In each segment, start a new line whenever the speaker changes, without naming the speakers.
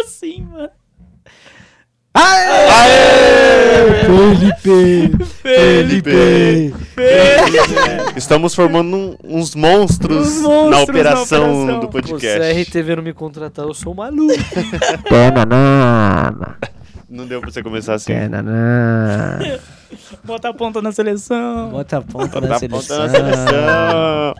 assim, mano? Aê!
Felipe!
Felipe!
é. Estamos formando um- uns monstros,
Uns monstros
na,
na
operação
operação.
do
Pô,
podcast.
se a RTV não me contratar, eu sou maluco.
Bananana!
Não deu pra você começar assim.
Bananana!
Bota a ponta na seleção.
Bota a
Tá
ponta né, na
apontando
seleção.
a seleção.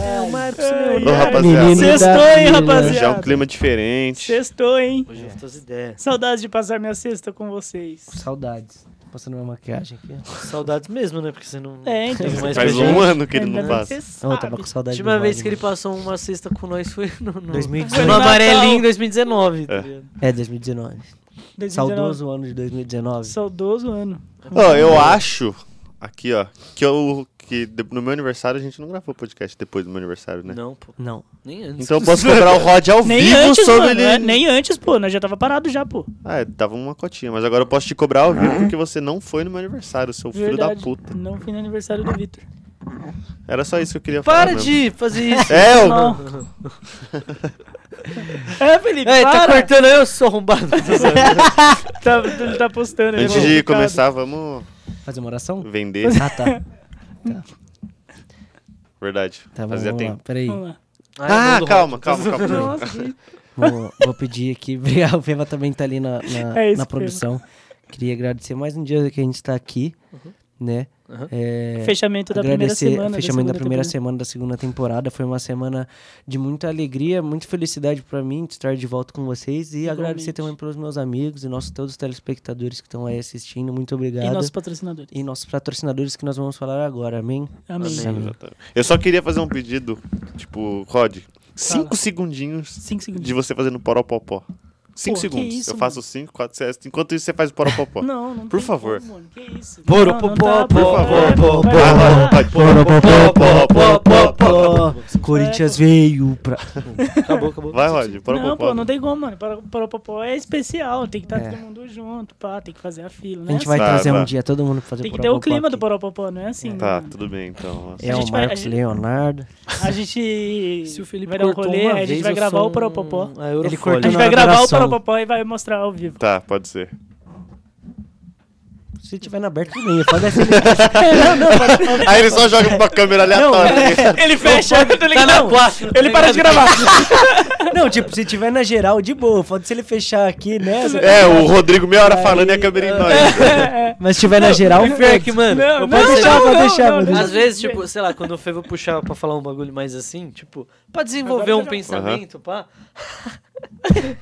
É o Marcos,
Ai,
meu.
Ô,
ai.
rapaziada.
Sextou, hein,
Hoje é um
rapaziada?
clima diferente.
Sextou, hein?
Hoje eu tô as ideias.
Saudades de passar minha sexta com vocês.
Saudades. Tô passando minha maquiagem aqui. Saudades mesmo, né? Porque você não.
É, então. É,
Faz
Faz
pra gente.
um ano que ele
Ainda
não
bem
passa.
que você
Não, eu
sabe.
tava com saudade
de
Última vez
Wagner.
que ele passou uma cesta com nós foi no. no
2019.
No
Foi no
amarelinho
Natal.
em 2019.
É.
tá ligado? É, 2019.
2019.
Saudoso ano de 2019.
Saudoso ano.
Ó, eu acho, aqui, ó, que, eu, que de- no meu aniversário a gente não gravou podcast depois do meu aniversário, né?
Não, pô. Não. Nem antes.
Então eu posso cobrar o Rod ao
Nem
vivo
antes,
sobre
mano.
ele.
é, Nem antes, pô. Nós já tava parado já, pô.
Ah, é, dava uma cotinha, mas agora eu posso te cobrar ao vivo porque você não foi no meu aniversário, seu filho da
Verdade.
puta.
Não fui no aniversário do Vitor.
Era só isso que eu queria
Para
falar. tá mesmo.
de fazer isso.
É, eu...
Não. é, Felipe,
É, tá
para.
cortando eu, sou arrombado.
Tá, ele tá postando. ele é
antes de
complicado.
começar, vamos
Fazer uma oração?
vender.
Ah, tá.
Verdade.
Tá, vamos,
Fazia
vamos lá.
tempo.
Peraí.
Vamos lá.
Ah,
não, do
calma,
Rock.
calma, calma.
Nossa, que-
Vou, vou pedir aqui. Obrigado, o Feva também tá ali na, na,
É isso,
na produção. Queria agradecer mais um dia que a gente tá aqui, né? É,
Fechamento da primeira
agradecer
semana.
o fechamento da
segunda
primeira
temporada.
semana da segunda temporada. Foi uma semana de muita alegria, muita felicidade pra mim de estar de volta com vocês e agradecer também pelos meus amigos e nossos todos os telespectadores que estão aí assistindo. Muito obrigado.
E nossos patrocinadores.
E nossos patrocinadores que nós vamos falar agora, amém?
Amém.
Amém.
Exatamente. Eu só queria fazer um pedido, tipo, Rod, cinco segundinhos
Cinco segundos.
de você fazendo poropopó. Cinco
Pô, que
segundos.
isso,
eu faço cinco, quatro, seis. Enquanto isso, você faz o poropopó.
Não, não
Por
tem
favor.
como, mano. Que isso?
Por
Não, não
favor,
dá,
por
pô.
favor, por
Vai
favor.
lá.
Vai,
Corinthians veio pra. Acabou, acabou.
Vai, Rod,
Não,
poropopó.
pô, não tem como, mano. Para, para o popó é especial, tem que estar
É.
todo mundo junto, pá, tem que fazer a fila,
A
né?
gente vai
Tá,
trazer
tá.
um dia todo mundo pra fazer
Tem que
por
ter o
Apopó
clima
aqui.
do Poropopó, não é assim? né,
Tá,
mano?
tudo bem, então.
É
A
o
gente vai- a
Marcos
gente-
Leonardo.
A gente
Se o Felipe
vai dar um
cortou
rolê,
uma
aí a gente
vez,
vai
eu
gravar
sou
o Poropopó.
um- a Eurofone.
Ele cortou
A gente
na
vai gravar o
gravação.
Poropopó e vai mostrar ao vivo.
Tá, pode ser.
Se tiver na aberta, tudo bem. Pode ser. não, não, pode
Aí ele só joga uma câmera aleatória.
Ele fecha, tá ligado? Não, ele para de gravar.
Não, tipo, se tiver na geral, de boa. Pode se ele fechar aqui, né?
É, o Rodrigo meia hora falando e a
é.
câmera em nós.
Mas se tiver na geral,
Pior que, mano,
Não,
eu
não,
posso deixar.
deixar,
não,
vou
não,
deixar,
não,
vou
não.
deixar.
Às vezes, tipo, sei lá, quando o Fevo puxar pra falar um bagulho mais assim, tipo, pra desenvolver
Agora
um
tá
pensamento, pá.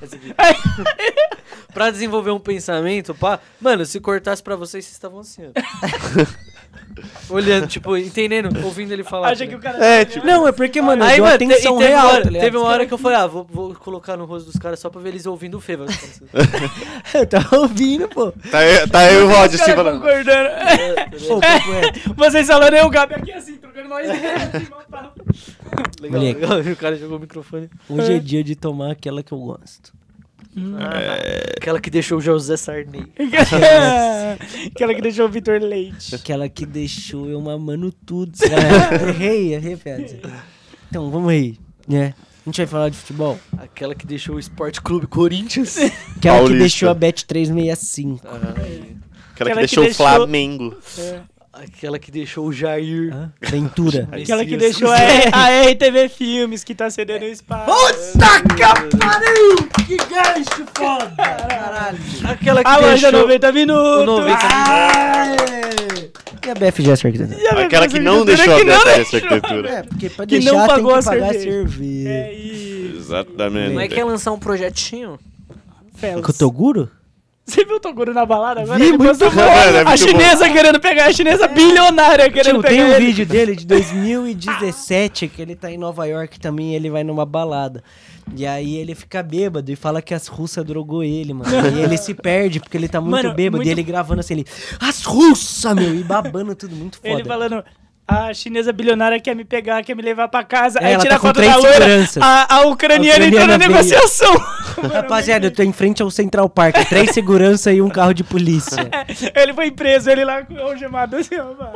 Essa aqui. pra desenvolver um pensamento, pá. Mano, se cortasse pra vocês, vocês estavam assim, ó. Olhando, tipo, entendendo, ouvindo ele falar.
Acha
tá
que o
ligado?
cara.
É, tipo.
Não, é porque, mano,
Aí,
deu
mano, te- e
atenção
teve,
real,
uma
tá
hora,
ligado?
teve uma hora que eu falei, ah, vou, vou colocar no rosto dos caras só pra ver eles ouvindo o Feva.
Eu tava ouvindo, pô.
Tá aí, tá aí o Rod
Os
assim
caras
falando.
concordando. É.
Pô, papo reto.
Vocês falando, eu, o Gabi aqui assim, trocando nós. assim, mó papo.
legal,
Moleque.
legal. E o cara jogou o microfone.
Hoje é dia de tomar aquela que eu gosto. É.
Aquela que deixou o José Sarney.
Aquela que deixou o Vitor Leite.
Aquela que deixou eu mamando tudo. sabe? errei, errei, Pedro. Então, vamos aí. né? A gente vai falar de futebol.
Aquela que deixou o Esporte Clube Corinthians.
Aquela
Paulista.
que deixou a Bet 365.
Aquela que deixou o Flamengo.
Aquela que deixou o Jair. assim.
Hã? Ventura.
Aí
Aquela
sim,
que
eu
deixou a,
sou-
a RTV Filmes, que tá cedendo espaço.
Que gancho foda! Caralho.
Aquela que
Ah,
A loja
deixou
90 minutos. Ah,
o 90
E a BFG Arquitetura?
Já vai
Aquela que
fazer
não
arquitetura
deixou
que não
aberta a
deixou.
arquitetura.
É, porque pra
Que não
deixar tem
pagou
que
a
pagar
cerveja.
cerveja.
É isso.
Exatamente.
Como é que quer lançar um projetinho?
Felas.
Com o Toguro?
Você viu o Toguro na balada agora?
Vi,
Ele
muito
postou
bom.
uma-
É, é
a
muito bom.
chinesa querendo pegar, a chinesa bilionária querendo
Tio,
pegar
tem um
ele.
vídeo dele de 2017 que ele tá em Nova York também, ele vai numa balada. E aí ele fica bêbado e fala que as russas drogou ele, mano. E ele se perde porque ele tá muito
Mano,
bêbado
muito-
e ele gravando assim, ele, as russas, meu, e babando tudo, muito foda.
Ele falando... A chinesa bilionária quer me pegar, quer me levar pra casa.
É,
aí
ela
tira
tá
a
com
foto
três
da loira.
seguranças.
A, a ucraniana
A ucraniana
entrou na
veio.
negociação.
Rapaziada, eu tô em frente ao Central Park, é três
É.
segurança e um carro de polícia.
Ele foi preso, ele lá com algemado assim, ó, mano.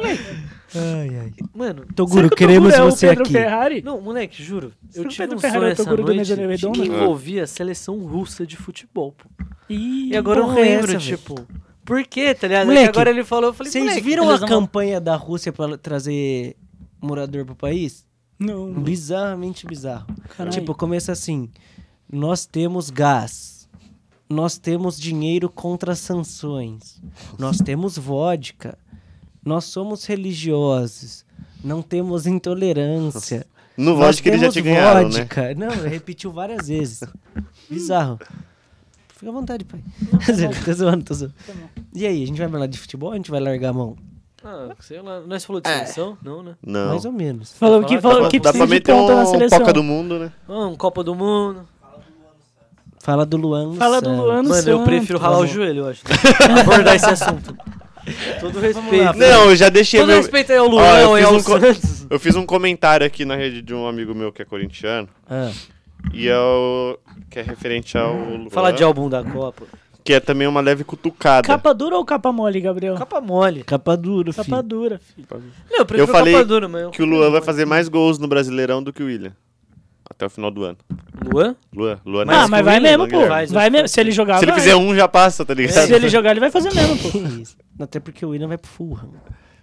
Ai, ai.
Mano,
Toguro,
Será que o
queremos
Toguro é o
você
Pedro
aqui.
Ferrari?
não, moleque, juro.
Você
Eu
não
tive
pede
um
Ferrari
sonho
ao
essa
Toguro do
noite de
Medonedona,
que
né?
envolvia a seleção russa de futebol, pô.
Ih,
E agora eu
porra
não
é
lembro,
essa, velho?
tipo... Por quê, tá ligado? É que
Moleque,
agora ele falou, eu falei,
Vocês
moleque,
viram a
eles não vão-
campanha da Rússia pra trazer morador pro país?
não.
Bizarramente bizarro.
Caralho.
Tipo, começa assim: nós temos gás, nós temos dinheiro contra sanções, nós temos vodka, nós somos religiosos, não temos intolerância.
No
nós
Vodka eles já
temos
te ganharam, né?
vodka. né? Não, repetiu várias vezes. Bizarro. Fica à vontade, pai.
tá
tô zoando, tô zoando.
Tá bom.
E aí, a gente vai falar de futebol ou a gente vai largar a mão?
Ah, sei lá. Nós falou de seleção? Não, né?
Não.
Mais ou menos.
Falou que, falou
Dá-
que
Dá pra
precisa de
meter
ponta na
um
seleção.
Copa do Mundo, né?
Ah, um Copa do Mundo.
Fala do Luan.
Fala do
Santos.
Luan. Mano
Mano, eu
santo,
prefiro ralar o
amor.
joelho, eu acho. abordar esse assunto. Todo respeito.
Não, eu já deixei
Todo
meu...
respeito aí ao
Ó,
Luan
eu
e
fiz
ao
um co-
Santos.
Eu fiz um comentário aqui na rede de um amigo meu que é corintiano.
Ah,
E é o... Que é referente ao... Luan,
Falar de álbum da Copa.
Que é também uma leve cutucada.
Capa dura ou capa mole, Gabriel? Capa,
Capa mole.
capa duro, filho.
dura, filho.
Não, eu prefiro
Eu falei
Capa dura, mas... eu-
Que o Luan vai fazer mais gols no Brasileirão do que o Willian. Até o final do ano.
Luan?
Luan, Luan
Mas
ah, mas
o
vai
Willian
mesmo,
não
pô.
faz,
um
Vai
acho que
mesmo. Se ele jogar,
Se ele
vai.
fizer um, já passa, tá ligado?
Se ele jogar, ele vai fazer mesmo, pô.
Que isso? Até porque o William vai pro Fulham.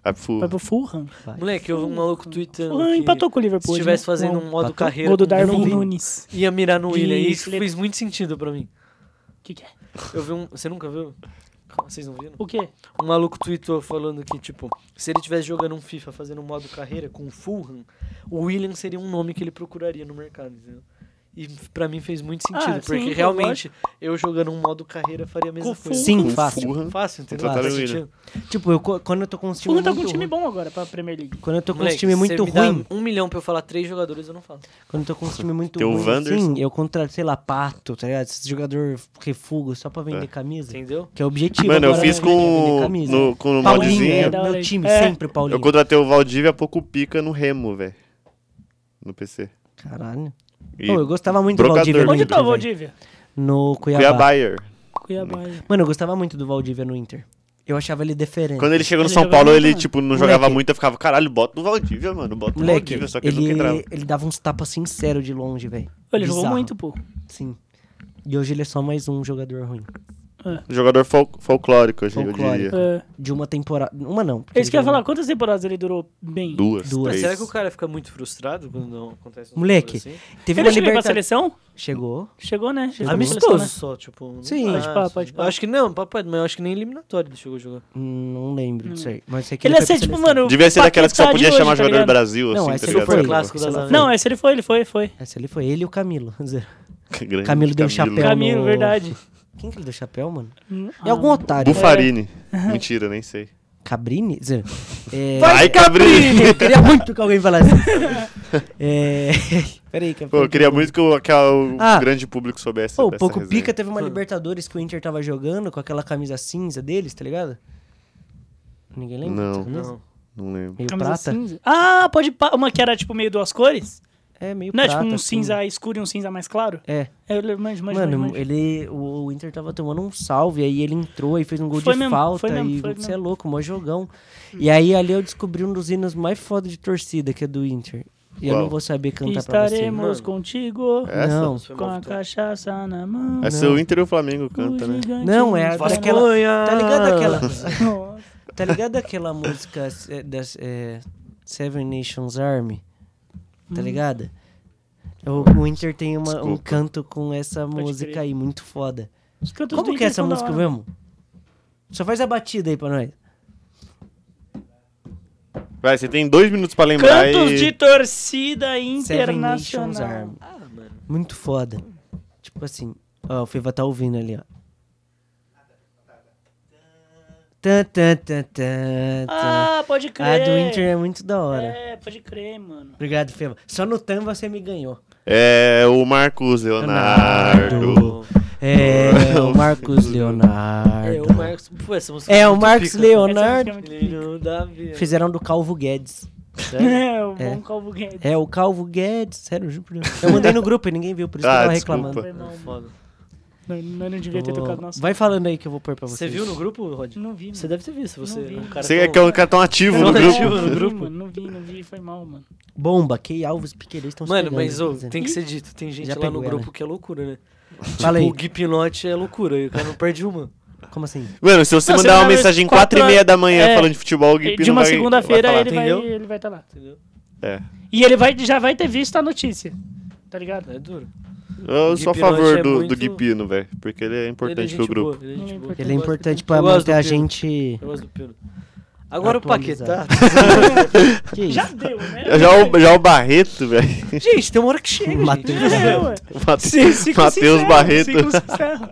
Vai pro full.
Vai pro Fulham.
Moleque, eu vi um maluco tweetando
Fulham
que
empatou com o Liverpool.
se estivesse
hoje, né?
fazendo um modo
Empatou?
carreira
Gol do
com o
Darwin
Fulham,
Nunes.
ia mirar no
De
Willian. E isso
Felipe.
fez muito sentido pra mim.
O que, que é?
Eu vi um... Você nunca viu? Vocês não viram?
O quê?
Um maluco tweetou falando que, tipo, se ele tivesse jogando um FIFA fazendo um modo carreira com o Fulham, o William seria um nome que ele procuraria no mercado, entendeu? E pra mim fez muito sentido,
Ah, sim,
porque
eu
realmente eu jogando um modo carreira faria a mesma
Com o
coisa.
Sim,
Com
fácil.
Fulham.
Fácil, entendeu?
Contratar
Faz
o tá Willian.
sentido.
Tipo, eu, co- quando eu tô com uns
O Fulham
times
tá com um
muito
time
ruim-
bom agora pra Premier League.
Quando eu tô com
Moleque,
uns time muito
você me dá
ruim,
um milhão pra eu falar três jogadores, eu não falo.
quando eu tô com uns time muito
Tem o
ruim,
Wanderson.
sim, eu contrato, sei lá, Pato, tá ligado? Esse jogador refugo só pra vender
É.
camisa,
Entendeu?
que é o objetivo.
Mano, eu
agora,
fiz
né, vender
com,
camisa.
no, com o
Paulinho,
modzinho.
é,
era
da-
meu time,
É.
sempre o Paulinho.
Eu contratei o Valdívia pouco pica no Remo, velho. No PC.
Caralho.
E
Pô, eu gostava muito
Brocador.
do Valdívia. no
Onde
Inter,
tá o
velho.
Valdívia?
No Cuiabá.
Cuiabá. Bayer.
Cuiabá. é.
Mano, eu gostava muito do Valdívia no Inter. Eu achava É. ele deferente.
Quando ele chegou no
Ele
São
jogava
Paulo,
muito,
ele,
mano.
tipo, não jogava
Moleque.
muito, eu ficava, caralho, bota no Valdívia, mano, bota no
Moleque,
Valdívia, só que ele
ele,
nunca entrava.
ele dava uns tapas sinceros de longe, velho.
Ele jogou
Bizarro.
muito, pô.
Sim. E hoje ele é só mais um jogador ruim.
Jogador fol- folclórico, hoje, eu
Folclórico.
diria.
É.
De uma temporada. Uma não. porque
É isso que eu ia
jogou
falar. Quantas temporadas ele durou bem?
Duas,
Duas.
três.
Será que o cara fica muito frustrado quando não acontece um
Moleque,
assim?
muito. Teve
Ele
uma
chegou pra
libertadores.
seleção?
Chegou.
Chegou, né? Chegou pra
Amistoso
seleção,
só, tipo. não
é Sim.
tá-
Pode pá, pode pá.
Eu acho que não, papai, mas eu acho que nem eliminatório ele chegou a jogar.
Hum, Não lembro disso aí. Mas sei
né?
que
Ele
foi
ia ser,
pra
tipo,
seleção.
mano. o
Devia ser daquelas que só
Paquetá de
podia
hoje,
chamar
tá
jogador
ligado?
Brasil,
Não,
assim,
essa
tá
ele
ligado?
foi.
Super clássico
Sei
das
lá.
áreas.
Não, é- esse ele foi, ele foi, foi.
Essa ele foi. Ele e o Camilo. Zero.
Grande
Camilo deu um chapéu.
Camilo,
no-
verdade.
Quem que ele deu chapéu, mano? É
Ah,
algum otário.
Bufarini.
É.
Mentira, nem sei.
Cabrini? Zero. É...
Vai, Cabrini!
Eu queria muito que alguém falasse. é... Peraí, que eu-
Pô, eu queria muito que o, que o
Ah.
grande público soubesse
Pô, o
dessa
Poco
resenha.
Pica teve uma Libertadores que o Inter tava jogando com aquela camisa cinza deles, tá ligado? Ninguém lembra?
Não.
dessa camisa?
Não.
Não lembro.
Meio
Camisa
um prata?
cinza. Ah, pode. pa- Uma que era tipo meio duas cores?
É, meio
Não é
prata.
tipo um
assim.
cinza escuro e um cinza mais claro?
É.
É, eu lembro, mas, mas,
Mano,
mas- mas-
ele. O o Inter tava tomando um salve, aí ele entrou e fez um gol
Foi
de
mesmo,
falta.
foi mesmo,
e
foi
você
mesmo.
é louco, mó jogão. E aí ali eu descobri um dos hinos mais foda de torcida, que é do Inter. E eu
Qual?
não tá vou saber cantar
Estaremos
mano.
contigo
Essa?
Não.
com a cachaça na mão.
Essa é o Inter e o Flamengo canta, né?
Não, é a-
Vasco.
daquela- pra você. Tá ligado aquela.
Nossa.
Tá ligado aquela música é, das, é, Seven Nations Army? Tá ligado? O, o Inter tem uma- um
Desculpa.
canto com essa
Pode
música
crer.
aí, muito foda.
Os cantos do
Como que
Inter
é essa
são da
música
hora.
mesmo? Só faz a batida aí pra nós.
Vai, você tem dois minutos pra lembrar
Cantos
e...
de torcida
Seven Nations
internacional.
Army.
Ah, mano.
Muito foda. Tipo assim, ó, o Fiva tá ouvindo ali, ó. Tan, tan, tan, tan, tan.
Ah, pode crer.
tá, A do Inter é muito da hora.
É, pode crer, mano.
Obrigado, Fiva. Só no tan você me ganhou.
É o Marcos Leonardo.
É, o Marcos Leonardo.
É o Marcos. Pô, essa música
É, o
muito
Marcos
pica.
Leonardo.
Essa música é muito
Filho da vida.
Fizeram do Calvo Guedes.
É, o bom
É.
Calvo Guedes.
É, o Calvo Guedes. Sério, eu juro por Deus. Eu mandei no grupo e ninguém viu, por isso que eu
Ah,
tava
desculpa.
reclamando.
Foi mal, mano.
Foda.
Não, não, não devia ter
Vou-
tocado nosso.
É. Vai falando aí que eu vou pôr pra vocês.
Você viu no grupo, Rod?
Não vi, mano.
Você deve ter visto. Você
Não vi.
um cara
Você é
tão-
que é um cara tão ativo no
Não,
grupo.
ativo. no
Não vi,
grupo?
mano, Não vi, não vi, foi mal, mano.
Bomba, Key Alves Piqueires estão
Mano, mas ô,
é-
tem que ser dito. Tem gente
Já
lá no
pegou
grupo
ela.
que é loucura, né?
Fala aí.
O Gui Pinotti é loucura. E o cara não perde uma.
Como assim?
Mano, se você
Não,
mandar
você
uma
vai-
mensagem
quatro
4 e meia da manhã
é,
falando de futebol, o Gui Pino
de uma
vai-
segunda-feira
vai
ele vai
entendeu?
ele vai estar lá.
Entendeu?
falar.
E ele vai, já vai ter visto a notícia, tá ligado?
É duro.
É. Eu
Gui
sou a
Pinotti
favor
é
do,
muito-
do Gui Pino, velho. Porque ele é
Ele é
importante
gente
pro grupo.
boa, Ele é, gente
Ele é
boa.
Ele é
gosto
importante
do
pra
Eu gosto
manter
do
a
Pino.
gente.
Eu gosto do Pino. Agora o Paquetá.
Atualizado. Que isso?
Já deu, né?
Já o, já o Barreto, velho.
Gente, tem uma hora que chega,
Matheus.
gente.
É, ué.
O Mate-
Sim, é, ciclos se
Matheus
encerram,
Barreto.
ciclos que encerram.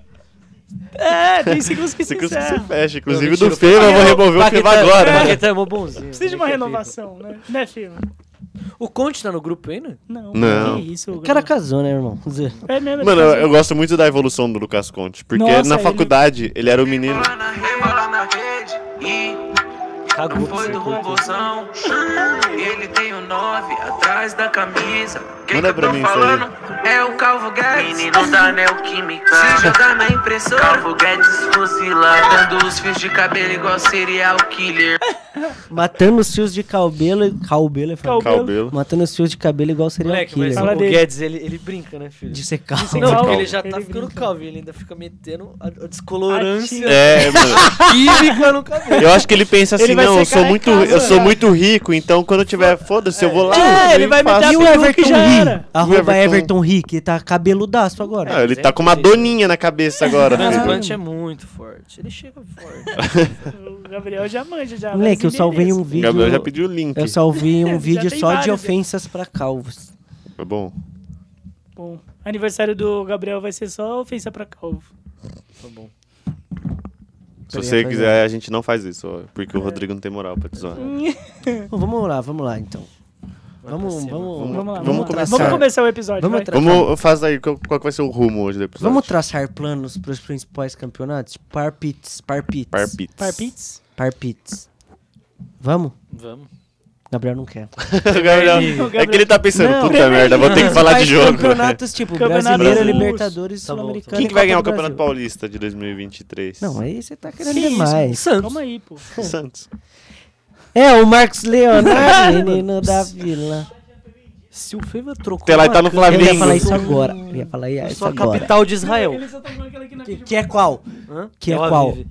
É, tem ciclos que se
Ciclos que se
encerram.
fecha.
Não,
Inclusive o
mentira,
do Feima, eu vou remover o Feima
Paquetá-
agora.
O Paquetá é mó bonzinho.
Precisa de uma
Ele é
renovação, né? Né, filho?
pica. O Conte tá no grupo ainda?
Não,
Não.
que isso.
O cara
Gabriel.
casou, né, irmão? Zé.
É mesmo,
Mano, eu,
ele
eu gosto muito da evolução do Lucas Conte. Porque
Nossa,
na
ele-
faculdade ele era o menino.
Bola na rede, bola na rede. E
Cagou.
foi do robôzão. Ele tem o 9 atrás da camisa. Quem
Manda
que eu
pra
tô
mim isso aí.
falando é o Calvo Guedes. Menino da Neoquímica. Se jogar na impressora. Calvo Guedes fuzilado. Dando os fios de cabelo igual serial killer.
Matando os fios de cabelo. Cabelo é foda.
Cabelo.
Matando os fios de cabelo igual seria
Moleque, mas
killer.
Fala
o
dele.
Guedes, ele, ele brinca, né, filho?
De ser calvo.
ser
Não,
calvo.
porque ele já
Ele
tá ficando
brinca.
calvo. Ele ainda fica metendo a a descolorância
É, mano.
química no cabelo.
Eu acho que ele pensa assim,
Ele vai
não, eu
ser
sou muito,
carecaço,
eu sou
cara.
muito rico, então quando eu tiver, foda-se, eu vou lá.
É,
eu
ele vai
faço.
meter
E
a
o
peruca
Everton
já era.
Rick? Arroba
Everton-
Everton Rick. Tá cabeludaço agora.
Ah, ele tá com uma doninha na cabeça agora.
Mas o
filho.
Plant é muito forte. Ele chega forte.
O Gabriel já manja, já.
Moleque, eu
mas
salvei
endereço.
um
O
vídeo.
Gabriel já pediu o link.
Eu salvei
Já
um vídeo
tem
só de
vários. né?
ofensas pra calvos.
Tá bom.
Bom, aniversário do Gabriel vai ser só ofensa pra calvo.
Tá bom.
Se
Peraí,
você
rapaziada.
quiser, a gente não faz isso, ó,
É.
porque o Rodrigo não tem moral pra te zoar.
Hum.
Bom, vamos lá, vamos lá então.
Vai
Vamos,
pra cima.
vamos,
Vamos lá,
Vamos
vamos,
começar.
Vamos começar o episódio,
Vamos
vai.
tra-
Vamos, faz aí, qual, qual que vai ser o rumo hoje do episódio?
Vamos traçar planos para os principais campeonatos? Parpits, parpits.
Parpits.
Parpits?
Parpits. Vamos?
Vamos.
Gabriel não quer.
O Gabriel- é que ele tá pensando,
Não,
puta merda, vou ter que falar de
Principais
jogo.
Campeonatos tipo
Campeonatos
Brasileiro,
russos.
Libertadores,
Tá bom, tá bom.
Sul-Americano.
Quem
e
que vai
Copa
ganhar o
do
Campeonato
Brasil.
Paulista de 2023?
Não, aí você tá querendo
Que isso?
demais.
Santos.
Calma aí, pô.
o Santos.
Então
É, o Marcos Leonardo, menino da vila.
Se o Feiva trocou.
Até lá
uma
tá no
cana-
Eu ia
Flamengo.
falar isso agora. Eu ia falar
Eu
isso
sou a
agora.
Hum. capital de Israel.
Ele só tá falando aquela aqui na
Que, que é qual?
Hã?
Que é
Tel
qual?
Aviv.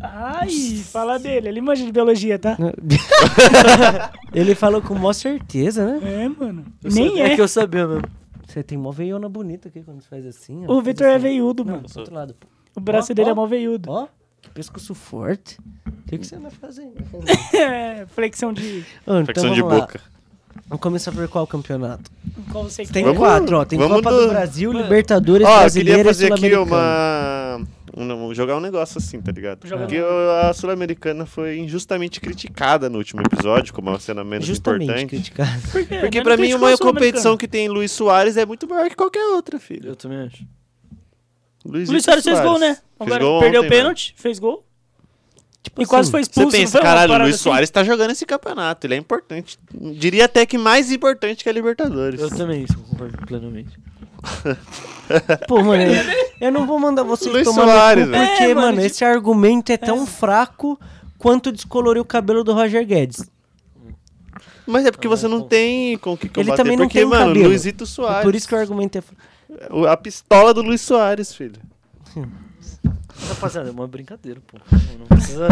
Ai, fala dele. Ele manja de biologia, tá?
É. Ele falou com maior certeza, né?
É, mano.
Eu
Nem
sabia-
é.
que eu sabia mesmo.
Você tem mó veiona bonita aqui quando você faz assim. ó.
O Vitor é veiudo, mano.
Do outro lado, pô.
O braço
Ó,
dele
ó.
é mó veiudo.
Ó, que pescoço forte. O que, que você vai fazer?
É, flexão de.
Ah,
Infecção
então
de
vamos lá.
boca.
Vamos começar por qual campeonato?
Qual você quer?
Tem
Vamos-
quatro, ó. Tem
vamos
Copa
do-
do Brasil, Libertadores,
Ó, eu
Brasileira
queria fazer
e
aqui
Sul-Americana.
uma. um- jogar um negócio assim, tá ligado?
Joga
Porque a Sul-Americana foi injustamente criticada no último episódio, como uma cena menos
Justamente
importante.
criticado.
Por quê?
Porque
Mas
pra
não
mim
tem
uma
discussão, né,
competição
americano.
que tem Luiz Soares é muito maior que qualquer outra, filho.
Eu também acho.
O Luiz Soares fez gol, né? Agora
gol
perdeu
ontem,
o pênalti,
né?
fez gol.
Tipo
e
assim,
quase foi
Você
expulso. não
pensa,
foi uma
caralho, o
parada
Luiz
assim?
Soares tá jogando esse campeonato, ele é importante. Diria até que mais importante que a Libertadores.
Eu também concordo plenamente.
Pô, mano, eu, eu não vou mandar vocês
Luiz
tomar no
Soares, né?
cu,
velho.
porque,
né? É, mano,
mano,
de-
esse argumento é tão fraco quanto descolorir o cabelo do Roger Guedes.
Mas é porque você não tem com o que combater.
também não
porque,
tem
mano,
cabelo.
Luizito Soares.
Por isso que o argumento é fraco.
o- A pistola do Luiz Soares, filho.
Rapaziada, é uma brincadeira, pô. Não precisa.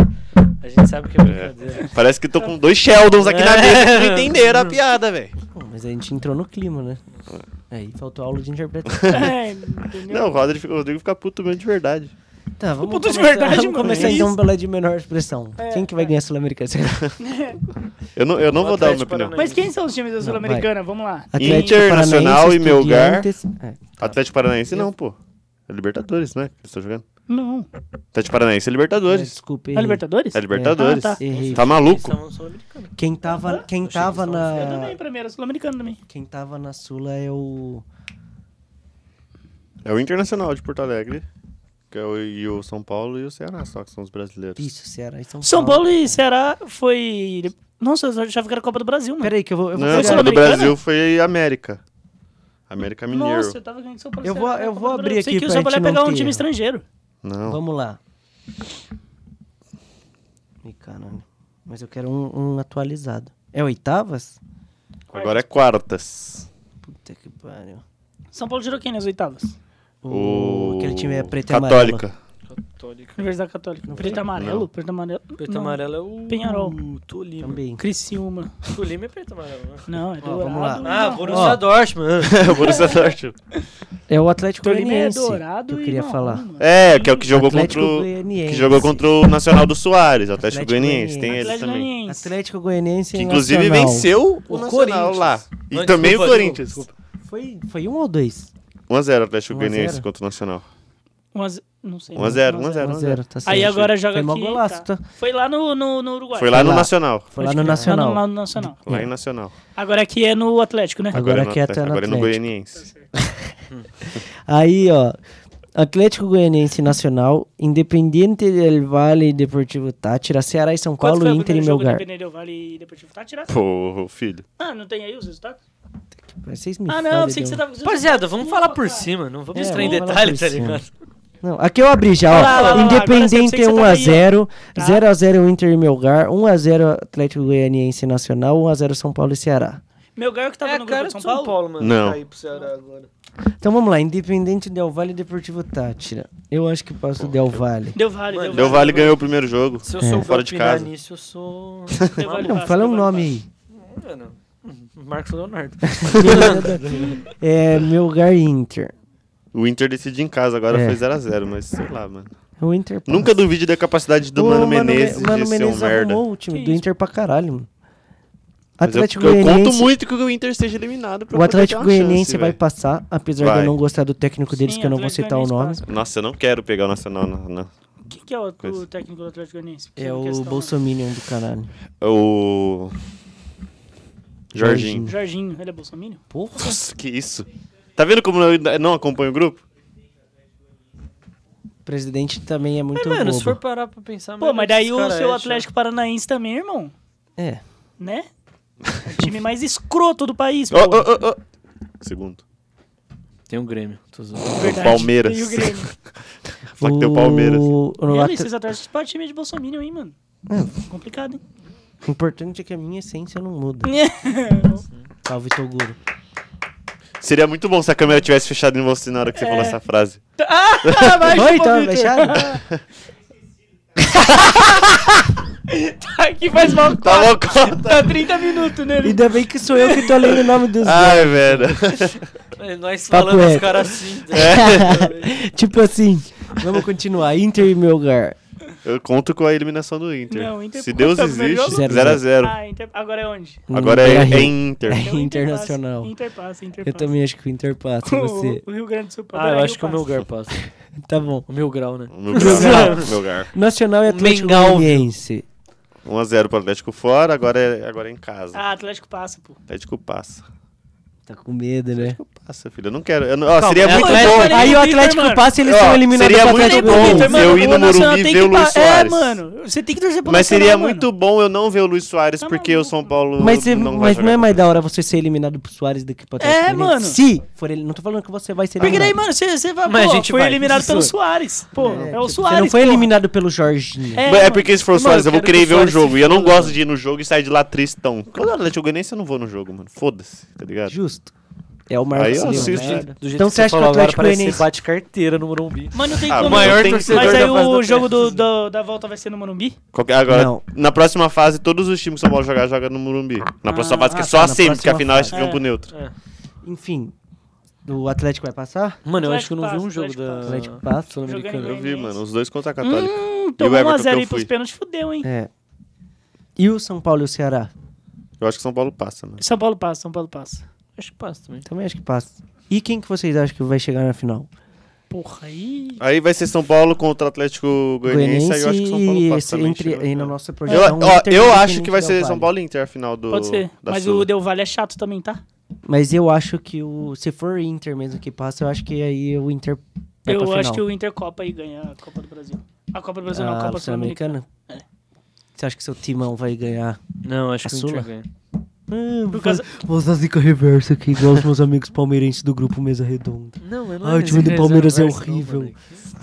A gente sabe que é brincadeira.
Parece que tô com dois Sheldons aqui na
É.
mesa que não entenderam a piada, velho.
Pô, Mas a gente entrou no clima, né? Aí faltou aula de interpretação.
É, entendeu?
Não, o Rodrigo, fica- o Rodrigo fica puto mesmo de verdade.
Tá, vamos
Puta, de
começar,
verdade,
vamos
mano,
começar
é
então
isso?
pela de menor expressão.
É,
Quem que vai
é.
ganhar a Sul-Americana?
Eu não, eu não
O
vou dar a minha
Atlético
opinião.
Mas quem são os times da Sul-Americana? Vamos lá.
Atlético
Internacional
Paranaense,
e meu lugar.
Estudiantes. É.
Atlético Paranaense não, pô. É Libertadores, né? Que eles estão jogando.
Não.
Atlético Paranaense é
É,
Libertadores.
Desculpa,
A
errei.
Libertadores?
É Libertadores.
Ah, tá.
Errei.
Tá maluco?
Eles estavam só americanos.
Quem tava, quem
achei que
tava
eles
Eu também,
na...
pra mim, era Sul-Americano também.
Quem tava na Sula é o...
É o Internacional de Porto Alegre. Que é o, e o São Paulo e o Ceará, só que são os brasileiros.
Isso, Ceará e São Paulo.
São Paulo e Ceará foi. Nossa, eu já ficaram a Copa do Brasil, mano.
Peraí que eu vou... Eu vou
Não,
Foi
a Copa do
Sul-Americana?
Brasil foi América. América Mineiro.
Nossa, eu tava ganhando São Paulo.
Eu vou-
será?
eu vou
Copa do
abrir
Brasil. Sei
aqui
que o
pra
São Paulo ia
gente não
pegar um
ter
time
erro.
estrangeiro.
Não.
Vamos lá. Ih, caralho. Mas eu quero um, um atualizado. É oitavas?
Agora é quartas.
Puta que pariu.
São Paulo tirou quem nas oitavas?
O... Aquele time é preto e amarelo.
Católica.
Católica.
Universidade Católica. Preto e amarelo?
Não.
Preto e amarelo?
Preto
Não.
amarelo é o.
Penharol.
Tolima.
Também.
Criciúma.
Tolima é preto amarelo, né?
Não, é dourado.
vamos lá.
e
Ah,
marrom.
Borussia Dortmund.
É o Borussia Dortmund.
É o Atlético
Tolima é
Goianiense
dourado
que eu
e
queria
marrom,
falar.
mano.
É, que é o que jogou
Atlético
contra o.
Goianiense.
Que jogou contra o Nacional do Soares, Atlético,
Atlético
Goianiense. Tem ele
Atlético
também.
Goianiense.
Atlético Goianiense
Que
e
inclusive
Nacional.
venceu o,
O
Nacional
Corinthians.
lá. E
Não,
também
desculpa,
o Corinthians.
Foi, foi um ou dois?
1x0 Atlético
1 a 0.
Goianiense contra o Nacional.
Um a ze- Não sei.
1x0, 1x0.
1x0, tá certo.
Aí agora joga
Foi mó
aqui.
golaço,
tá.
tá?
Foi lá no, no, no Uruguai.
Foi lá no
lá.
Nacional.
Foi lá
Pode
no
crer.
Nacional.
Lá Tá no Nacional.
Lá
É.
em Nacional.
Agora aqui é no Atlético, né?
Agora
no
aqui é até
Atlético,
no
Agora no
Atlético.
Goianiense.
Aí, ó. Atlético Goianiense e Nacional, Independiente del Valle e Deportivo Tátira, Ceará e São
Quanto
Paulo,
foi o
Inter e
primeiro jogo
Melgar.
do Peneirão Vale e Deportivo Tátira?
Pô, filho.
Ah, não tem aí os resultados?
Vocês me
Ah,
fodem,
não, pensei que você
deu-
tava... um
Rapaziada, vamos falar por
Desculpa,
cima, não vamos
É,
entrar em
vamos falar
detalhe,
por
tá
cima.
ligado?
Não, aqui eu abri já, ó. um
Olha lá, olha lá, olha lá, agora você- eu sei
Independente
que você tá aí, ó.
1x0,
Tá.
0x0 Inter e Melgar, 1x0 Atlético Goianiense e Nacional, 1x0 São Paulo e Ceará.
Meu ganho que tava
É
no
a
grupo
cara
de
de
São Paulo.
mano.
Não.
Cair pro Ceará agora.
Então vamos lá, Independente Del Valle e Deportivo Tátira. Eu acho que passa o Del Valle.
Deu vale,
Mano,
Deu Vale ganhou o primeiro jogo.
Se eu
É.
sou
Fora de casa.
nisso, eu sou.
Deu vale
Não,
fácil,
fala
deu
um
vale
nome
fácil.
aí.
É, Mano, Marcos Leonardo.
é, Melgar e Inter.
O Inter decidiu em casa, agora
É.
foi 0x0, mas sei lá, mano.
O Inter passa.
Nunca duvide da capacidade do
Ô,
Mano
Me-
Menezes
Mano
de ser um
Menezes é
merda.
arrumou o time
Que
do
isso?
Inter pra caralho, mano.
Mas eu-
Atlético
eu,
Goianiense.
conto muito que o Inter seja eliminado pra
O
poder ter
Atlético
uma chance,
Goianiense vai
velho.
passar, apesar de
Vai.
eu não gostar do técnico deles,
Sim,
que eu não vou
Atlético
citar o nome.
Goianiense passa.
Nossa, eu não quero pegar o Nacional. Não, não.
Quem que é o,
Coisa.
o técnico do Atlético Goianiense?
É o
Questão, né?
Bolsominion do caralho.
O... Jorginho.
Jorginho.
Jorginho, ele é bolsominion?
Porra.
Nossa, que isso. Tá vendo como eu ainda não acompanho o grupo?
O presidente também é muito
Mano, se
bobo.
for parar pra pensar.
Pô, mas daí o
é
seu Atlético Paranaense também, irmão.
É.
Né? É O time mais escroto do país, pô.
Ó, ó, ó, ó. Segundo.
Tem um Grêmio. Tô zoando.
É Verdade.
Palmeiras.
E o Grêmio.
Fala que tem o Palmeiras.
O... o
E
Atl-
ali, vocês atrás de time é de bolsominion, hein, mano?
É.
Complicado, hein?
O importante é que a minha essência não muda. Salve, Toguro.
Seria muito bom se a câmera tivesse fechado em você na hora que você
É.
falou essa frase.
ah, vai,
Oi,
chupa,
tá
Vitor.
fechado?
Aqui faz mal
Tá bom, conta.
Tá 30 minutos nele.
Ainda bem que sou eu que tô lendo o nome dos...
Ai, velho.
É, Nós
Papo
falando os
reto. É.
caras assim. tá
tipo assim, vamos continuar. Inter e Melgar.
Eu conto com a eliminação do Inter.
Não, o Inter
se Deus
conta, velho.
existe,
Zero,
0x0.
Ah, Inter- agora é onde?
Agora
Não,
é,
Beira-Rio.
é Inter.
É
É.
o Inter passa.
Internacional.
Inter passa, Inter
Eu
passa.
também acho que o Inter passa, e você.
O, o Rio Grande do Sul passa.
Ah, eu
Aí
acho que o
passa.
meu grau passa.
Tá bom.
O meu grau, né?
O Meu gar. meu gar.
Nacional é e Atlético
Mengão, viu?
Goianiense.
1x0 pro Atlético fora, agora é, agora é em casa.
Ah, Atlético passa, pô.
Atlético passa.
Tá com medo, né?
Atlético passa, filho. Eu não quero. eu não- ó, seria
é
muito
Atlético,
bom.
né?
Aí o
Inter,
Atlético
mano.
passa e eles
Ó,
são eliminados
seria
pelo
muito
Atlético
bom.
Goianiense.
mano, eu ir no
Nacional
Morumbi
tem
ver
que
o Luiz
pa- É,
Soares.
mano. Você tem que torcer pro
Mas seria
Nacional, mano.
muito bom eu não ver o Luiz Soares,
Tá
porque o
maluco.
São Paulo
Mas, você-
não vai
mas não é
jogar.
mais da hora você ser eliminado pro Soares do que pro Atlético
É,
Goianiense?
mano.
Se for ele, não tô falando que você vai ser
Porque
eliminado.
daí, mano, você, você vai,
Mas
pô,
a gente
foi
vai.
eliminado pelo
Isso.
Soares. Pô, é, o
Tipo,
Soares.
Você não foi
pô.
eliminado pelo Jorginho.
É,
Mas É,
mano.
porque se for o
Mano,
Soares, eu
eu
vou
quero
querer
que o
ver o
Suárez se
jogo. E eu não
foda,
gosto
mano.
de ir no jogo e sair de lá tristão. Quando eu era Atlético Goianiense, eu não vou no jogo, mano. Foda-se, tá ligado?
Justo. É o
Aí
Marcos
eu
Leonardo.
assisto.
Do jeito
Então
que
você acha que o
falou agora,
Atlético
parece que
Goianiense-
bate carteira no Morumbi.
Mas não tem
Ah,
como.
maior
Mas
torcedor
Mas
da
aí
fase
o
da
jogo do, do- da volta vai ser no Morumbi?
Qualquer- Agora,
Não.
na próxima fase, todos os times que o São Paulo jogar, joga no Morumbi. Na próxima fase, que é
ah,
só
tá,
a
na
semi, porque a
próxima
final é
fase.
campo
É.
neutro.
Enfim, o Atlético vai passar?
Mano, eu
Atlético
acho que eu não vi
passa,
um jogo
Atlético
da
passa.
Atlético passa.
Sul-Americana.
Ah. Jogando
Eu
em
vi,
Goianiense.
mano, os dois contra a Católica.
Hum,
e o
tomou 1 a
Everton
0
que
aí
eu
pros
fui.
pênaltis, fudeu, hein?
É. E o São Paulo e o Ceará?
Eu acho que São Paulo passa, mano.
São Paulo passa, São Paulo passa.
Acho que passa também.
Também acho que passa. E quem que vocês acham que vai chegar na final?
Porra, aí...
Aí vai ser São Paulo contra o Atlético Goianiense, aí eu acho que o São Paulo
e
passa
esse-
também,
entre,
chega na
e na
final.
nossa
Eu,
projeção.
ó,
é um Inter
eu acho
e
que vai
Independente
ser
Del
São
Valle.
Paulo e Inter a final do.
Pode ser.
da
Mas
Sul.
o Del Valle é chato também, tá?
Mas eu acho que o. Se for o Inter mesmo que passa, eu acho que aí o Inter. Vai
eu
pra
acho
final.
que o Intercopa aí ganha a Copa do Brasil. A Copa do Brasil não, a
Ah,
Copa Sul-Americana. Ah,
Sul-Americana? Você acha que seu timão vai ganhar?
Não, acho
A
que o Inter
É Sula?
ganha.
Ah, vou,
causa-
fazer, vou usar zica reversa aqui, igual os meus amigos palmeirenses do grupo Mesa Redonda.
Não, eu não
Ah, o
era
time do
reserva,
Palmeiras é
não, mano.
horrível.
Eu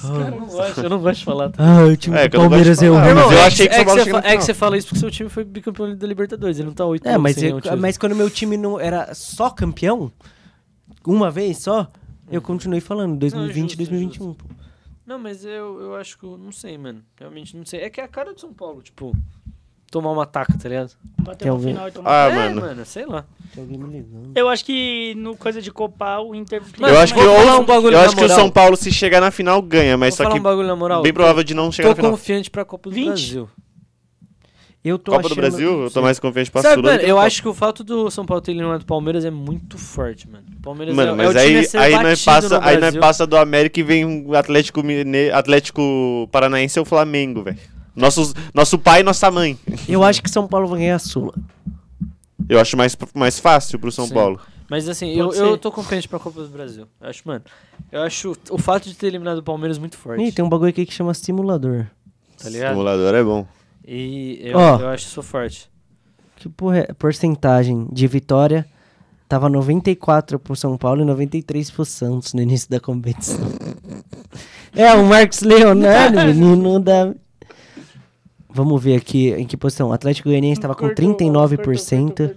Ah,
não gosto, eu não gosto de falar.
ah, o time
É,
do
que eu não gosto de
Palmeiras é
falar.
horrível.
Irmão, eu achei que o
é,
São
que
Paulo
você
chega
fa-
no
é que
final.
você fala isso porque seu time foi bicampeão da Libertadores, ele não tá oito
É, mas,
sem
eu-
nenhum título.
mas quando meu time não era só campeão, uma vez só, eu continuei falando,
é
2020
justo,
2021. pô.
Não, mas eu, eu acho que. eu Não sei, mano. Realmente não sei. É que é a cara do São Paulo, tipo. Tomar uma taca, tá ligado?
Tem
Bater no
algum-
final e tomar.
Ah,
é,
mano.
sei lá.
Tem alguém me ligando.
Eu acho que no coisa de copar o Inter.
Mano,
eu acho que,
vou falar
ou,
um bagulho
eu
na
acho que o
moral.
São Paulo, se chegar na final, ganha, mas
Vou
só
falar
que
um bagulho na moral.
bem provável de não chegar
Tô
na final.
confiante pra Copa do
20?
Brasil.
Eu tô
Copa do
achando-
Brasil, eu tô mais confiante pra
Sabe,
Sula do
mano,
que
eu
pra-
acho que o fato do São Paulo ter eliminado o Palmeiras é muito forte, mano. O Palmeiras é,
Mano, mas
é o time a
aí,
ser
aí, nós
batido
passa,
no
aí nós
Brasil.
passa do América e vem o Atlético, Mine... né, Atlético Paranaense ou Flamengo, velho. Nossos- Nosso pai e nossa mãe.
Eu acho que São Paulo vai ganhar a Sula.
Eu acho mais, mais fácil pro São
Sim.
Paulo.
Mas assim, eu,
Pode ser.
eu tô confiante pra Copa do Brasil. Eu acho, mano. Eu acho o fato de ter eliminado o Palmeiras muito forte.
Ih, tem um bagulho aqui que chama simulador.
Tá ligado?
Simulador é bom.
E eu,
Ó.
eu acho isso forte.
Que porra é? Porcentagem de vitória tava 94 pro São Paulo e 93 pro Santos no início da competição. é, o Marcos Leonardo, menino da. Vamos ver aqui em que posição. O Atlético Goianiense tava com 39%.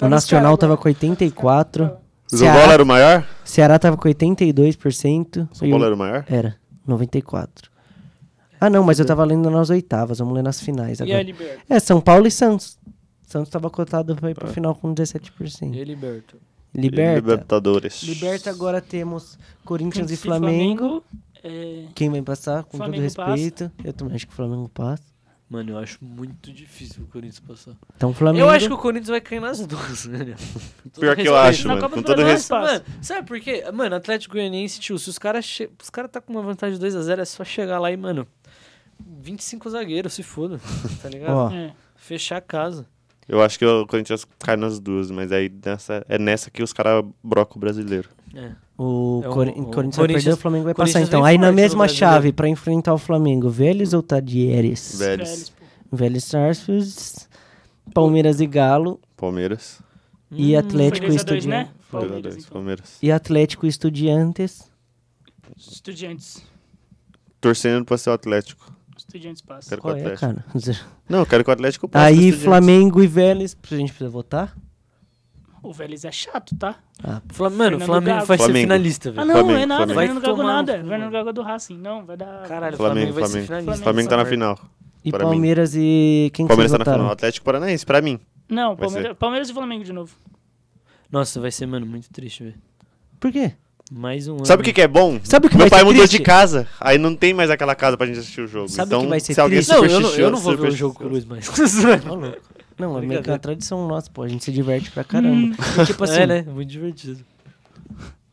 O Nacional tava com 84%.
O São Paulo
Ceará,
era o maior?
Ceará tava com 82%.
São
e o-
Paulo era o maior?
Era, 94%. Ah, não, mas eu tava lendo nas oitavas. Vamos ler nas finais
E
agora.
a Liberta.
É, São Paulo e Santos. Santos estava cotado pra ir pro final com
Ah. E é
17%.
liberto.
Liberta.
Libertadores.
Liberta agora temos Corinthians e Flamengo.
é,
Quem vai passar, com todo
Flamengo
respeito. Eu também acho que o Flamengo passa.
Mano, eu acho muito difícil o Corinthians passar.
Então Flamengo.
Eu acho que o Corinthians vai cair nas duas, né?
Pior que eu acho,
Na
mano.
Copa
Com
do
todo
Brasil,
respeito.
Nossa, mano, sabe por quê? Mano, Atlético Goianiense, tio, se os caras che... os cara tá com uma vantagem de 2x0, é só chegar lá e, mano, 25 zagueiros, se foda, tá ligado?
Ó.
é.
Fechar a casa.
Eu acho que o Corinthians cai nas duas, mas aí nessa, é nessa que os caras brocam o brasileiro.
É.
O,
É, o-
Cori- Corinthians
o
vai
Corinthians-
perder, o Flamengo vai passar.
Corinthians
Então,
vem
aí na
forte no
mesma
brasileiro.
chave, pra enfrentar o Flamengo, Vélez ou Tadieres?
Vélez,
Vélez Sarsfields, Palmeiras e Galo
Palmeiras.
e
Hum,
Atlético e
foi 2 a 2,
Estudiantes.
né?
dois a
Palmeiras,
dois,
então.
Palmeiras.
E Atlético e Estudiantes.
Estudiantes.
Torcendo pra ser o Atlético.
Estudiantes passa.
Quero
Qual
que o
é,
Atlético.
cara?
Não, eu quero que o Atlético passe. pro
Aí,
Estudiantes.
Flamengo e Vélez, a gente precisa votar?
O Vélez é chato, tá?
Fla- Mano, o
Fernando
Flamengo
Gago.
vai ser
Flamengo.
finalista,
Ah,
velho.
não,
Flamengo,
é nada.
Flamengo.
Vai não
Vai
Gago
tomar no
nada.
cu,
Vai no
mano.
Gago é do Racing. Não, vai dar...
Caralho, o Flamengo,
Flamengo,
vai ser
Flamengo.
finalista.
Flamengo tá na
essa
final.
E
Para mim.
Palmeiras e quem que vocês
Palmeiras tá na final.
votaram?
Atlético Paranaense, pra mim.
Não,
Vai ser.
Palmeiras, Palmeiras e Flamengo de novo.
merda. Nossa, vai ser, mano, muito triste, velho.
Por quê?
Mais um ano.
Sabe o que, que é bom?
Sabe o que
Meu
vai
pai
ser
mudou
triste?
de casa. Aí não tem mais aquela casa pra gente assistir o jogo.
Sabe o
então,
que vai ser
se alguém
triste?
Não, eu não, eu
supersticioso-
não vou ver o jogo com o Luiz mais. Tá
Não, é meio que
Brincadeira.
uma tradição nossa, pô. A gente se diverte pra
Hum,
caramba.
Hum,
E, tipo assim,
é, né? Muito divertido.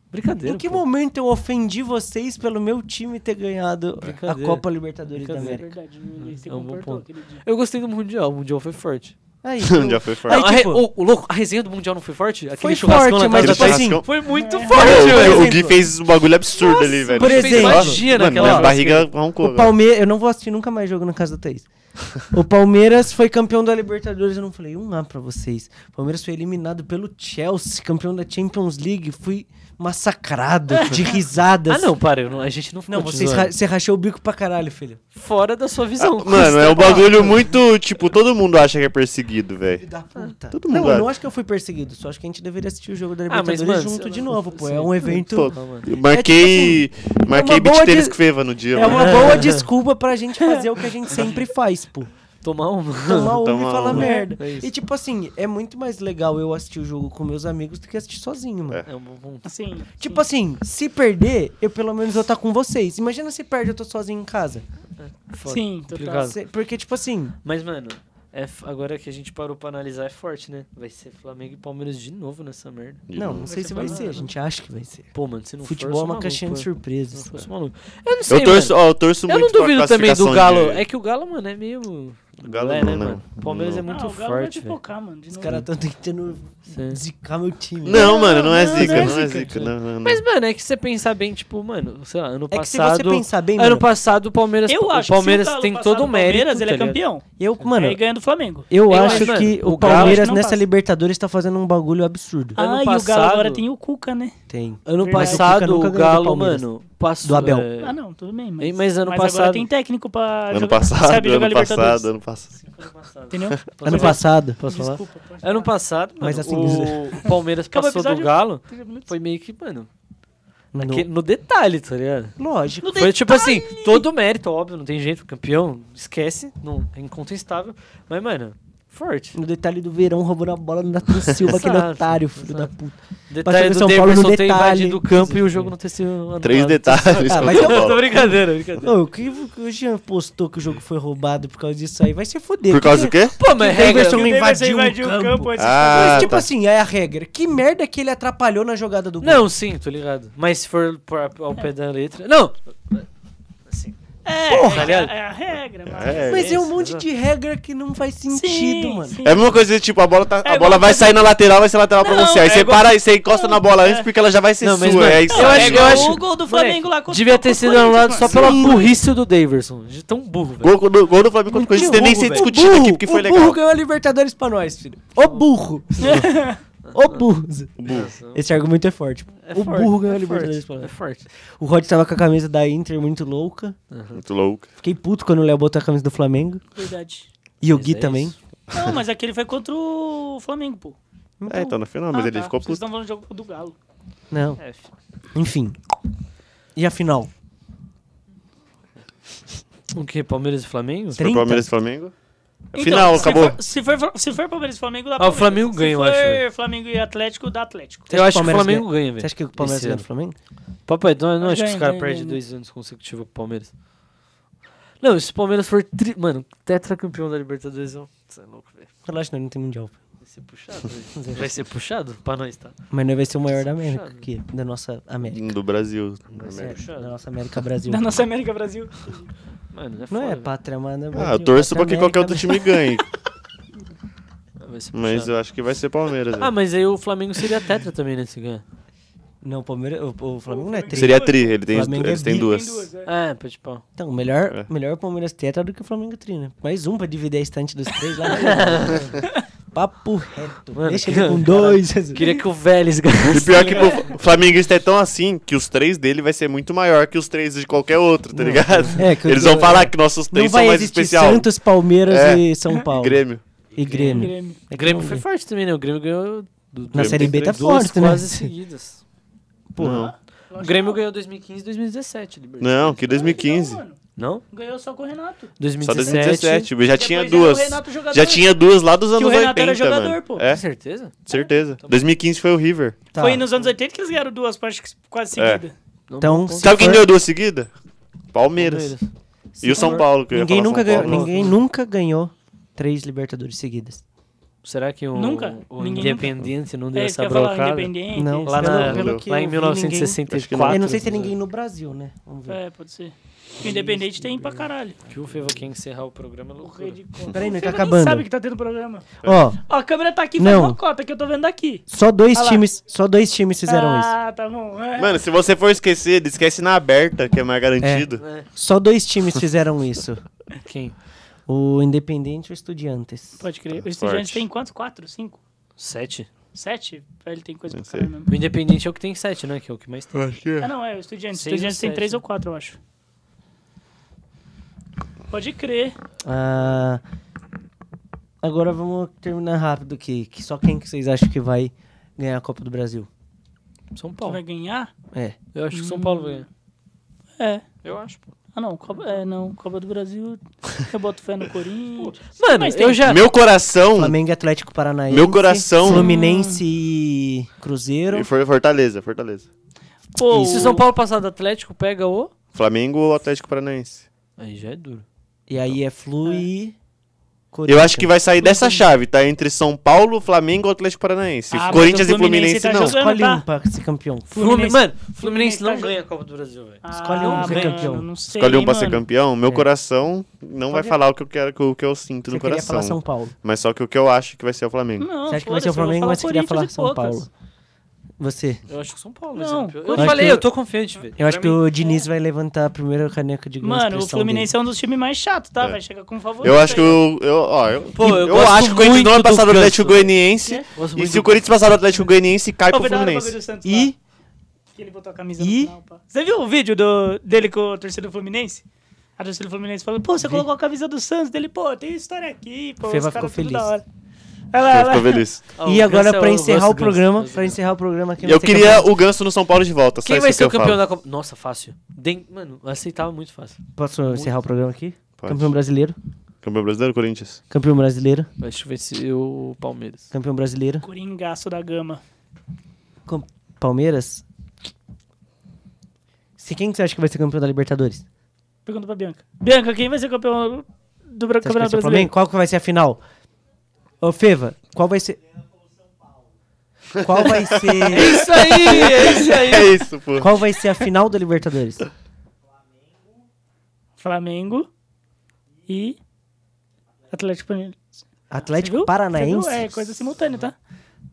Brincadeira.
em que
pô.
momento eu ofendi vocês pelo meu time ter ganhado a
Brincadeira.
Copa Libertadores da
É
Brincadeira.
América?
verdade. Ele se
É um bom
comportou
ponto.
aquele dia.
Eu gostei do Mundial. O Mundial foi forte.
Aí,
Já
tipo,
foi
Aí,
forte.
Não, a re-
tipo-
ô, o louco, a resenha do Mundial não foi forte? Aquele
Foi
churrascão
forte,
na
mas
casa É.
tipo
da
assim,
Thaís?
churrascão-
Foi muito
Pô,
forte,
o-
velho.
o, Gui fez um bagulho absurdo ali, velho. um
por
Ele fez
exemplo-
magia
Mano,
naquela
minha
hora.
barriga roncou.
o
velho.
Palmeiras... Eu não vou assistir nunca mais jogo na casa da Thaís. o Palmeiras foi campeão da Libertadores. Eu não falei um A pra vocês. O Palmeiras foi eliminado pelo Chelsea, campeão da Champions League. Fui massacrado de risadas.
Ah, não, para. eu não- a gente não ficou
Não,
te
vocês
zoando.
ra- você rachou o bico pra caralho, filho.
Fora da sua visão.
Mano, é um bagulho muito. Tipo, todo mundo acha que é perseguido, velho.
Da puta.
Todo mundo
Não, eu não
acha.
acho que eu fui perseguido, só acho que a gente deveria assistir o jogo da
Ah, mas,
Libertadores
mano,
junto
sei
de
lá,
novo, pô. É
sim.
um evento.
Ah,
Eu Marquei. marquei
uma
beat
boa
tênis
de-
que feva no dia,
É
mano.
uma boa desculpa pra gente fazer o que a gente sempre faz, pô.
Tomar um- uma.
Tomar uma
Tomar
Então e falar
uma.
merda.
É isso.
E tipo assim, é muito mais legal eu assistir o jogo com meus amigos do que assistir sozinho, mano.
É.
É um bom ponto.
Assim,
Tipo assim, se perder, eu pelo menos vou estar com vocês. Imagina se perde, eu tô sozinho em casa.
Foda.
Sim, total.
Complicado.
Cê- Porque, tipo assim,
Mas, mano, é f- agora que a gente parou pra analisar, é forte, né? Vai ser Flamengo e Palmeiras de novo nessa merda.
De
não,
novo.
não sei se vai ser, a gente acha que vai ser.
Pô, mano, se não
Futebol
for,
é
eu sou
uma caixinha de
maluco, pô. Se
surpresas.
não fosse maluco. Eu não sei,
Eu torço,
mano.
ó, eu torço
Eu
muito
não
pra
duvido também do
classificação
Galo.
de-
É que o Galo, mano, é meio.
Galo
é,
não,
né,
né?
mano? Palmeiras é
Não.
muito
ah, o Galo vai
forte, velho.
pipocar, mano. de
Os
novo.
caras estão tentando
Sim.
zicar meu time. né?
Não, mano, não é
não,
zica,
não é
não é
zica.
zica. Não, não, não.
Hum.
Mas, mano, é que se você pensar bem, tipo, mano, sei lá, ano
É que se
passado.
você pensar bem,
ano
mano,
passado o Palmeiras.
Eu acho
o Palmeiras
que se o Galo
tem
passar
todo
do
o mérito.
Palmeiras, ele
tá
é
ligado?
campeão.
eu,
Mano,
mano,
aí ganha do Flamengo.
eu,
eu
acho
acho,
que
É, mano,
o
o Galo
Palmeiras
não
nessa
passa.
Libertadores tá fazendo um bagulho absurdo.
ano
Ah, e o Galo
passado-
agora tem o Cuca, né?
Tem.
Ano
Verdade.
Mas o Cuca
passado
nunca
o
ganhou do
Galo,
Palmeiras.
mano, passou.
Do Abel.
é,
Ah, não, tudo bem.
Ei,
Mas,
mas ano
agora
passado-
tem técnico pra
Ano
jogar,
passado,
sabe jogar
ano
Libertadores.
passado, ano passado.
Entendeu?
Ano passado.
Posso falar?
Desculpa. pode
Ano
falar.
passado, mano,
Mas assim,
o o Palmeiras
Acabou o
passou do
episódio?
Galo.
30 minutos.
Foi meio que, mano,
No-
naque- no detalhe, tá ligado?
Lógico.
No
Foi tipo assim, todo mérito, óbvio, não tem jeito, campeão, esquece, não, é incontestável. Mas, mano, forte.
No detalhe do verão, roubando a bola do Nathan Silva, aquele
Exato,
otário, filho
exato.
da puta.
Detalhe
ver
do
São Paulo no
Davidson ter
detalhe.
invadido o campo e o jogo não ter sido anulado.
Três detalhes.
Ah,
contra
mas
o
eu-
Paulo.
Tô brincadeira, brincadeira.
Ô, o que que o Jean postou que o jogo foi roubado por causa disso aí? Vai se foder.
Por causa do quê?
Pô, mas
Que
regra,
Davidson
O
não
Davidson
invadiu
invadiu
o campo.
esse
Ah,
Mas, tipo
tá.
assim, é a regra. Que merda que ele atrapalhou na jogada do gol.
Não, sim, tô ligado. Mas se for por- ao pé da letra. Não! Assim.
É,
Porra!
é, a- é a regra, mas...
É.
Mas é um
Sim,
monte de regra que não faz sentido,
Sim,
mano.
sim.
É a mesma coisa, tipo, a bola, tá,
É
a bola
igual
vai
quando-
sair na lateral, vai ser lateral pra
Não,
você. Aí
é
você
igual-
para e você encosta na bola antes porque ela já vai ser
Não, mas,
sua.
mano,
é isso
eu
aí,
acho- eu
mano.
acho-
o gol do
Moleque,
Flamengo lá contra
Devia
o
ter sido anulado só
Corinthians,
pela
Sim.
burrice do Daverson. De tão burro, velho.
Gol do, gol do Flamengo contra o Corinthians tem nem ser discutido aqui porque foi
o burro
legal.
ganhou a Libertadores pra nós, filho. Ô burro. Ô burro. Esse argumento é forte.
É
o
forte,
burro ganhou a
é
Libertadores pra
forte, É
nós.
forte.
O Rod tava com a camisa da Inter muito louca.
Muito louco.
Fiquei puto quando o Léo botou a camisa do Flamengo.
Verdade.
E o
Mas
Gui
é
também.
isso.
Não, mas aquele foi contra o Flamengo, pô.
É, então na final, mas
Ah,
ele
tá.
ficou
Vocês
puto.
estão falando do jogo do Galo.
Não.
É, filho.
Enfim. E a final?
O que? Palmeiras e Flamengo?
Foi
30?
Palmeiras e Flamengo?
Então,
É final,
se
acabou.
for- Se for, se for Palmeiras e Flamengo, dá
Ah, o Flamengo
Palmeiras.
ganha, eu
Se
acho,
for
velho.
Flamengo e Atlético, dá Atlético.
Você
Eu
acha
acho
que
que o
o Palmeiras
Flamengo ganha, velho.
Você acha que o Palmeiras
Esse
ganha
ano.
do Flamengo?
Papai, não,
Ah,
não acho que
Ganha,
os caras
ganha,
perdem
ganha.
dois anos consecutivos pro Palmeiras. Não, e se o Palmeiras for. Tri... Mano, tetracampeão da Libertadores, eu- você é louco, velho.
Relaxa, não, não tem mundial.
Vai ser puxado, velho. Vai ser puxado pra nós, tá?
Mas nós vai ser o maior da América,
Puxado.
que, é da nossa América.
Do Brasil.
É,
puxado.
da nossa América Brasil.
Da nossa América Brasil.
Mano, é foda.
Não é pátria, mano.
Ah,
é
eu
Brasil,
torço pra
pátria
que qualquer
América,
outro time ganhe.
Vai ser
Mas
puxado.
eu acho que vai ser Palmeiras.
Ah,
velho.
mas aí o Flamengo seria tetra também, né? Se ganhar.
Não, o Palmeiras, o, o Flamengo não é tri.
Seria tri, ele tem,
Flamengo é
eles têm
bi.
duas.
Tem duas, é.
É, pô, tipo.
Então, melhor,
É.
melhor o Palmeiras tetra do que o Flamengo tri, né? Mais um pra dividir a estante dos três lá. né? Papo reto.
Mano,
Deixa
que-
ele com dois.
Queria que o Vélez ganhasse.
Assim,
E pior
né?
que pô, o Flamenguista é tão assim que os três dele vai ser muito maior que os três de qualquer outro, tá ligado?
É, que eu-
Eles vão falar que nossos
Não
três são
vai
mais
existir
especial.
Santos, Palmeiras
É.
e São Paulo.
Grêmio.
E Grêmio.
Grêmio.
É que
Grêmio
não
foi
vê.
forte também, né? O Grêmio ganhou do-
Na
Grêmio
Série
tem
B tá
duas quase
forte, né?
seguidas.
Não.
O Grêmio ganhou 2015 e 2017, Libertadores.
Não, que 2015.
Não, mano.
Não?
Ganhou só com o Renato.
2017.
Só 2017. Já tinha
Depois era o
duas.
Renato jogador.
Já tinha duas lá dos anos
o Renato
80,
era jogador,
mano.
pô. Então.
É,
Com certeza?
certeza. 2015 foi o River.
Tá.
Foi nos anos 80 que eles ganharam duas, acho que quase
É.
seguida.
Não,
Então,
não, com
se
Sabe quem
for-
ganhou duas seguidas? Palmeiras. E o São Paulo, que eu ia
Ninguém
falar
nunca,
São
ganhou,
Paulo. né?
ninguém nunca ganhou três Libertadores seguidas.
Será que o,
Nunca.
o
Ninguém
Independiente não deu
É, isso que
essa
eu ia falar,
brocada?
Independente.
Não.
Lá,
Pelo-
na,
pelo
lá
que eu
em
vi,
1964.
eu não sei se é ninguém no Brasil, né? Vamos ver.
É, pode ser. O Independente tem pra caralho.
Que o Feva quer encerrar o programa é
O
loucura.
rei de conta.
Peraí, não tá
O Fê nem
acabando.
sabe que tá tendo programa.
É.
Ó,
Ó, a câmera tá aqui
Não.
fazendo uma cota que eu tô vendo daqui.
só dois
Ah lá.
times, só dois times fizeram isso.
ah, tá bom. É.
Mano, se você for esquecer, esquece na aberta, que é mais garantido.
Só dois times fizeram isso.
Quem?
O Independente e o Estudiantes.
Pode crer. O
tá Forte.
Estudiantes tem quantos? Quatro? Cinco?
Sete?
Sete? Ele tem coisa
Não
pra
sei.
caralho mesmo.
O Independente é o que tem sete, né? Que é o que mais tem.
Ah, não, é, o Estudiantes.
Seis
Estudiantes
ou
tem
sete,
três
né?
ou quatro, eu acho. Pode crer.
Ah, agora vamos terminar rápido aqui. Que só quem que vocês acham que vai ganhar a Copa do Brasil?
São
Quem vai
Paulo.
ganhar?
É.
Eu acho que São Paulo vai ganhar.
É.
Eu acho, pô.
Ah, não. Copa, é, não. Copa do Brasil. Eu boto fé no Corinthians.
Mano,
Mas tem-
eu já...
Meu coração
É. Flamengo e Atlético Paranaense.
Meu coração-
Fluminense e Cruzeiro.
e foi Fortaleza, Fortaleza.
Pô,
Se o São Paulo passar do Atlético, pega o...
Flamengo ou Atlético Paranaense?
Aí já é duro.
E aí é Flu e.
Eu acho que vai sair dessa chave, tá? Entre São Paulo, Flamengo e Atlético Paranaense.
Ah, mas
Corinthians
o
e Fluminense,
Fluminense tá
não.
jogando.
Escolhe
tá?
um pra ser campeão.
Fluminense-
Fluminense, mano,
Fluminense
Fluminense não
tá
ganha a Copa do Brasil, velho.
Escolhe um
Ah,
pra ser
mano,
campeão.
Não sei,
Escolhe um pra
hein,
ser
mano.
campeão. Meu
É.
coração não vai
Pode-
falar o que eu quero, o que eu sinto
Você
no
queria falar um-
coração.
São Paulo.
Mas só que o que eu acho que vai ser o Flamengo.
Não,
Você acha que vai
foda-se,
ser o
eu vou
Flamengo, mas você queria falar
Corinthians e
São
poucas.
Paulo. Você.
Eu acho que o São Paulo
Não,
vai ser campeão.
acho
Eu falei,
que-
eu tô confiante, velho.
Eu acho
Pra
que
mim-
o Diniz vai levantar a primeira caneca de grande
Mano, o
expressão
Fluminense
dele.
é um dos times mais chatos, tá?
É.
Vai chegar como favorito.
Eu acho que
aí. né?
o. Eu, ó, eu,
Pô, eu
eu
gosto
acho que o Corinthians não vai
muito do
passar do Atlético
Ganso.
Goianiense.
Gosto
E
muito
se o
do-
Corinthians passar do Atlético Goianiense, cai
Ô,
pro
foi da hora o bagulho
Fluminense.
do Santos lá,
E
que ele botou a camisa
e-
no final, pá. Você viu o vídeo do, dele com o torcedor Fluminense? A torcida do Fluminense falou, pô, você
Vi.
colocou a camisa do Santos dele, pô, tem história aqui, pô,
Feva
os caras tudo
ficou feliz.
da hora. Olha lá,
Eu
olha lá.
fico feliz.
Ah, o
E agora,
Ganso é-
pra
eu
encerrar
gosto
o
do Ganso,
programa,
gosto do
pra
Ganso. é
encerrar o programa... quem vai
Eu
ser
queria
campeão?
o Ganso no São Paulo de volta. só
Quem
isso
vai
que
ser o
eu falo.
campeão da Copa? Nossa, fácil. Den... Mano, aceitava muito fácil.
Posso encerrar o programa aqui?
Pode.
Campeão brasileiro,
Campeão brasileiro, Corinthians.
campeão brasileiro,
Mas deixa eu ver se eu... Palmeiras.
campeão brasileiro,
Coringaço da gama.
com- Palmeiras. Se quem que você acha que vai ser campeão da Libertadores?
Pergunta pra Bianca. Bianca, quem vai ser campeão do Bra-
Você acha que é
Campeonato
vai ser o
Brasileiro?
Flamengo? Qual que vai ser a final? Ô, Feva, qual vai ser... Qual vai
É
ser...
isso aí, é isso aí.
É isso, pô.
Qual vai ser a final da Libertadores?
Flamengo e Atlético Paranaense. Você
Atlético
viu?
Paranaense?
Você viu? É coisa simultânea, tá?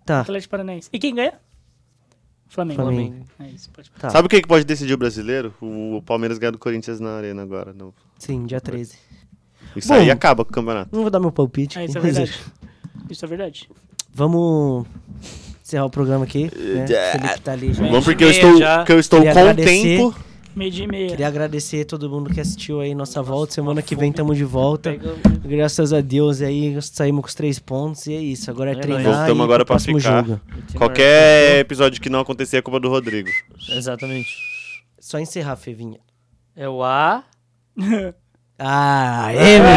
Tá,
Atlético Paranaense. E quem ganha? Flamengo.
Flamengo.
É isso, pode
tá.
Sabe o que, que pode decidir o brasileiro? O Palmeiras ganhar do Corinthians na arena agora. não.
Sim, dia 13.
Isso
Bom.
aí acaba com o campeonato.
Não vou dar meu palpite.
É, isso é verdade. Isso é verdade.
Vamos encerrar o programa aqui. Né?
É.
O Felipe tá ali já.
Bom, porque eu
meia
estou,
já.
que eu estou
Queria
com o
agradecer.
tempo.
Meio dia e meia.
Queria agradecer todo mundo que assistiu aí nossa volta. Semana que vem estamos de volta. Graças a Deus aí saímos com os três pontos e é isso. Agora é
É
treinar.
nóis.
Voltamos
e ir
agora pra
pro próximo
ficar.
jogo.
Qualquer episódio que não acontecer é culpa do Rodrigo.
Exatamente.
Só encerrar, Fevinha.
É o A...
Ah, é, meu.